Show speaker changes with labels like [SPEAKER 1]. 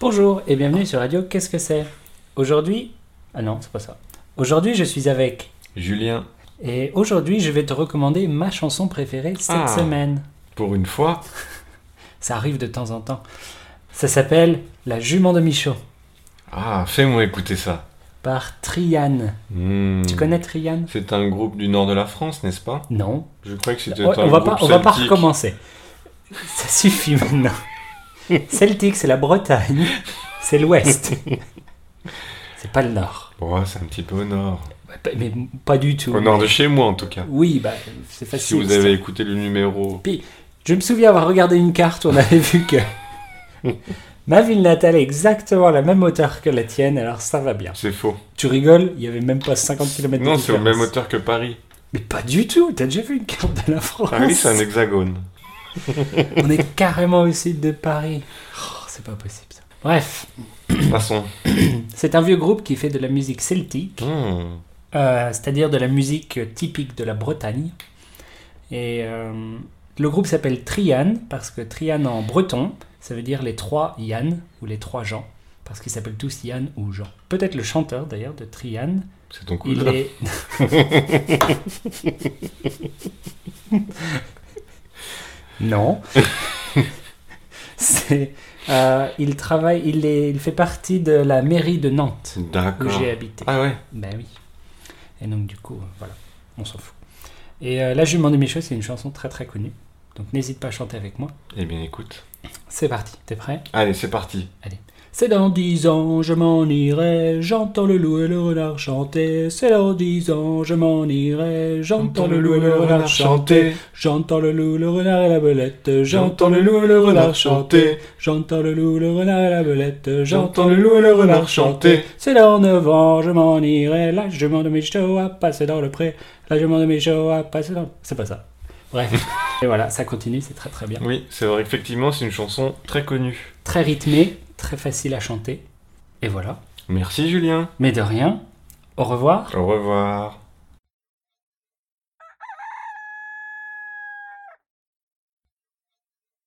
[SPEAKER 1] Bonjour et bienvenue sur Radio Qu'est-ce que c'est Aujourd'hui. Ah non, c'est pas ça. Aujourd'hui, je suis avec.
[SPEAKER 2] Julien,
[SPEAKER 1] Et aujourd'hui, je vais te recommander ma chanson préférée cette
[SPEAKER 2] Ah.
[SPEAKER 1] semaine.
[SPEAKER 2] pour une fois,
[SPEAKER 1] Ça arrive de temps en temps. Ça s'appelle La jument de Michaud
[SPEAKER 2] ah, fais-moi écouter ça.
[SPEAKER 1] par Triane.
[SPEAKER 2] Hmm.
[SPEAKER 1] Tu connais Triane
[SPEAKER 2] C'est un groupe du nord de la France, n'est-ce pas
[SPEAKER 1] Non.
[SPEAKER 2] Je croyais que c'était
[SPEAKER 1] Ouais,
[SPEAKER 2] un
[SPEAKER 1] on, va
[SPEAKER 2] groupe
[SPEAKER 1] pas, on va pas
[SPEAKER 2] celtique.
[SPEAKER 1] recommencer. Ça suffit maintenant. Celtic, c'est la Bretagne. C'est l'Ouest. C'est pas le Nord.
[SPEAKER 2] Ouais, c'est un petit peu au nord.
[SPEAKER 1] Ouais, Mais pas du tout.
[SPEAKER 2] Au nord de chez moi, en tout cas.
[SPEAKER 1] Oui, bah, c'est facile.
[SPEAKER 2] Si vous avez écouté le numéro...
[SPEAKER 1] Je me souviens avoir regardé une carte où on avait vu que ma ville natale est exactement la même hauteur que la tienne, alors ça va bien.
[SPEAKER 2] C'est faux.
[SPEAKER 1] Tu rigoles, il y avait même pas 50 km
[SPEAKER 2] Non, c'est au même hauteur que Paris.
[SPEAKER 1] Mais pas du tout, t'as déjà vu une carte de la France
[SPEAKER 2] Paris, c'est un hexagone.
[SPEAKER 1] On est carrément au sud de Paris. Oh, c'est pas possible ça. Bref,
[SPEAKER 2] Passons.
[SPEAKER 1] c'est un vieux groupe qui fait de la musique celtique,
[SPEAKER 2] Hmm.
[SPEAKER 1] euh, c'est-à-dire de la musique euh, typique de la Bretagne. Et euh, le groupe s'appelle Trian, parce que Trian en breton, ça veut dire les trois Yann ou les trois Jean, parce qu'ils s'appellent tous Yann ou Jean. Peut-être le chanteur d'ailleurs de Trian,
[SPEAKER 2] C'est ton coup
[SPEAKER 1] il
[SPEAKER 2] de...
[SPEAKER 1] est. non. C'est, euh, il travaille, il, est, il fait partie de la mairie de Nantes où
[SPEAKER 2] D'accord.
[SPEAKER 1] j'ai habité.
[SPEAKER 2] Ah ouais
[SPEAKER 1] Ben oui. Et donc du coup, euh, voilà, on s'en fout. Et euh, La Jument de Michaud, c'est une chanson très très connue. Donc n'hésite pas à chanter avec moi.
[SPEAKER 2] Eh bien, écoute.
[SPEAKER 1] C'est parti, t'es prêt
[SPEAKER 2] Allez, c'est parti.
[SPEAKER 1] c'est dans dix ans, je m'en irai, j'entends le loup et le renard chanter. C'est dans dix ans, je m'en irai, j'entends le loup et le renard chanter. J'entends le loup, le renard et la belette, j'entends le loup et le renard chanter. J'entends le loup, le renard et la belette, j'entends le loup et le renard chanter. C'est dans neuf ans, je m'en irai, là je m'en de mes chevaux à passer dans le pré, là je m'en de mes chevaux à passer dans le... C'est pas ça. Bref. et voilà, ça continue, c'est très très bien.
[SPEAKER 2] Oui, c'est vrai. Effectivement, c'est une chanson très connue.
[SPEAKER 1] Très rythmé, très facile à chanter. Et voilà.
[SPEAKER 2] Merci, Julien.
[SPEAKER 1] Mais de rien, au revoir.
[SPEAKER 2] Au revoir.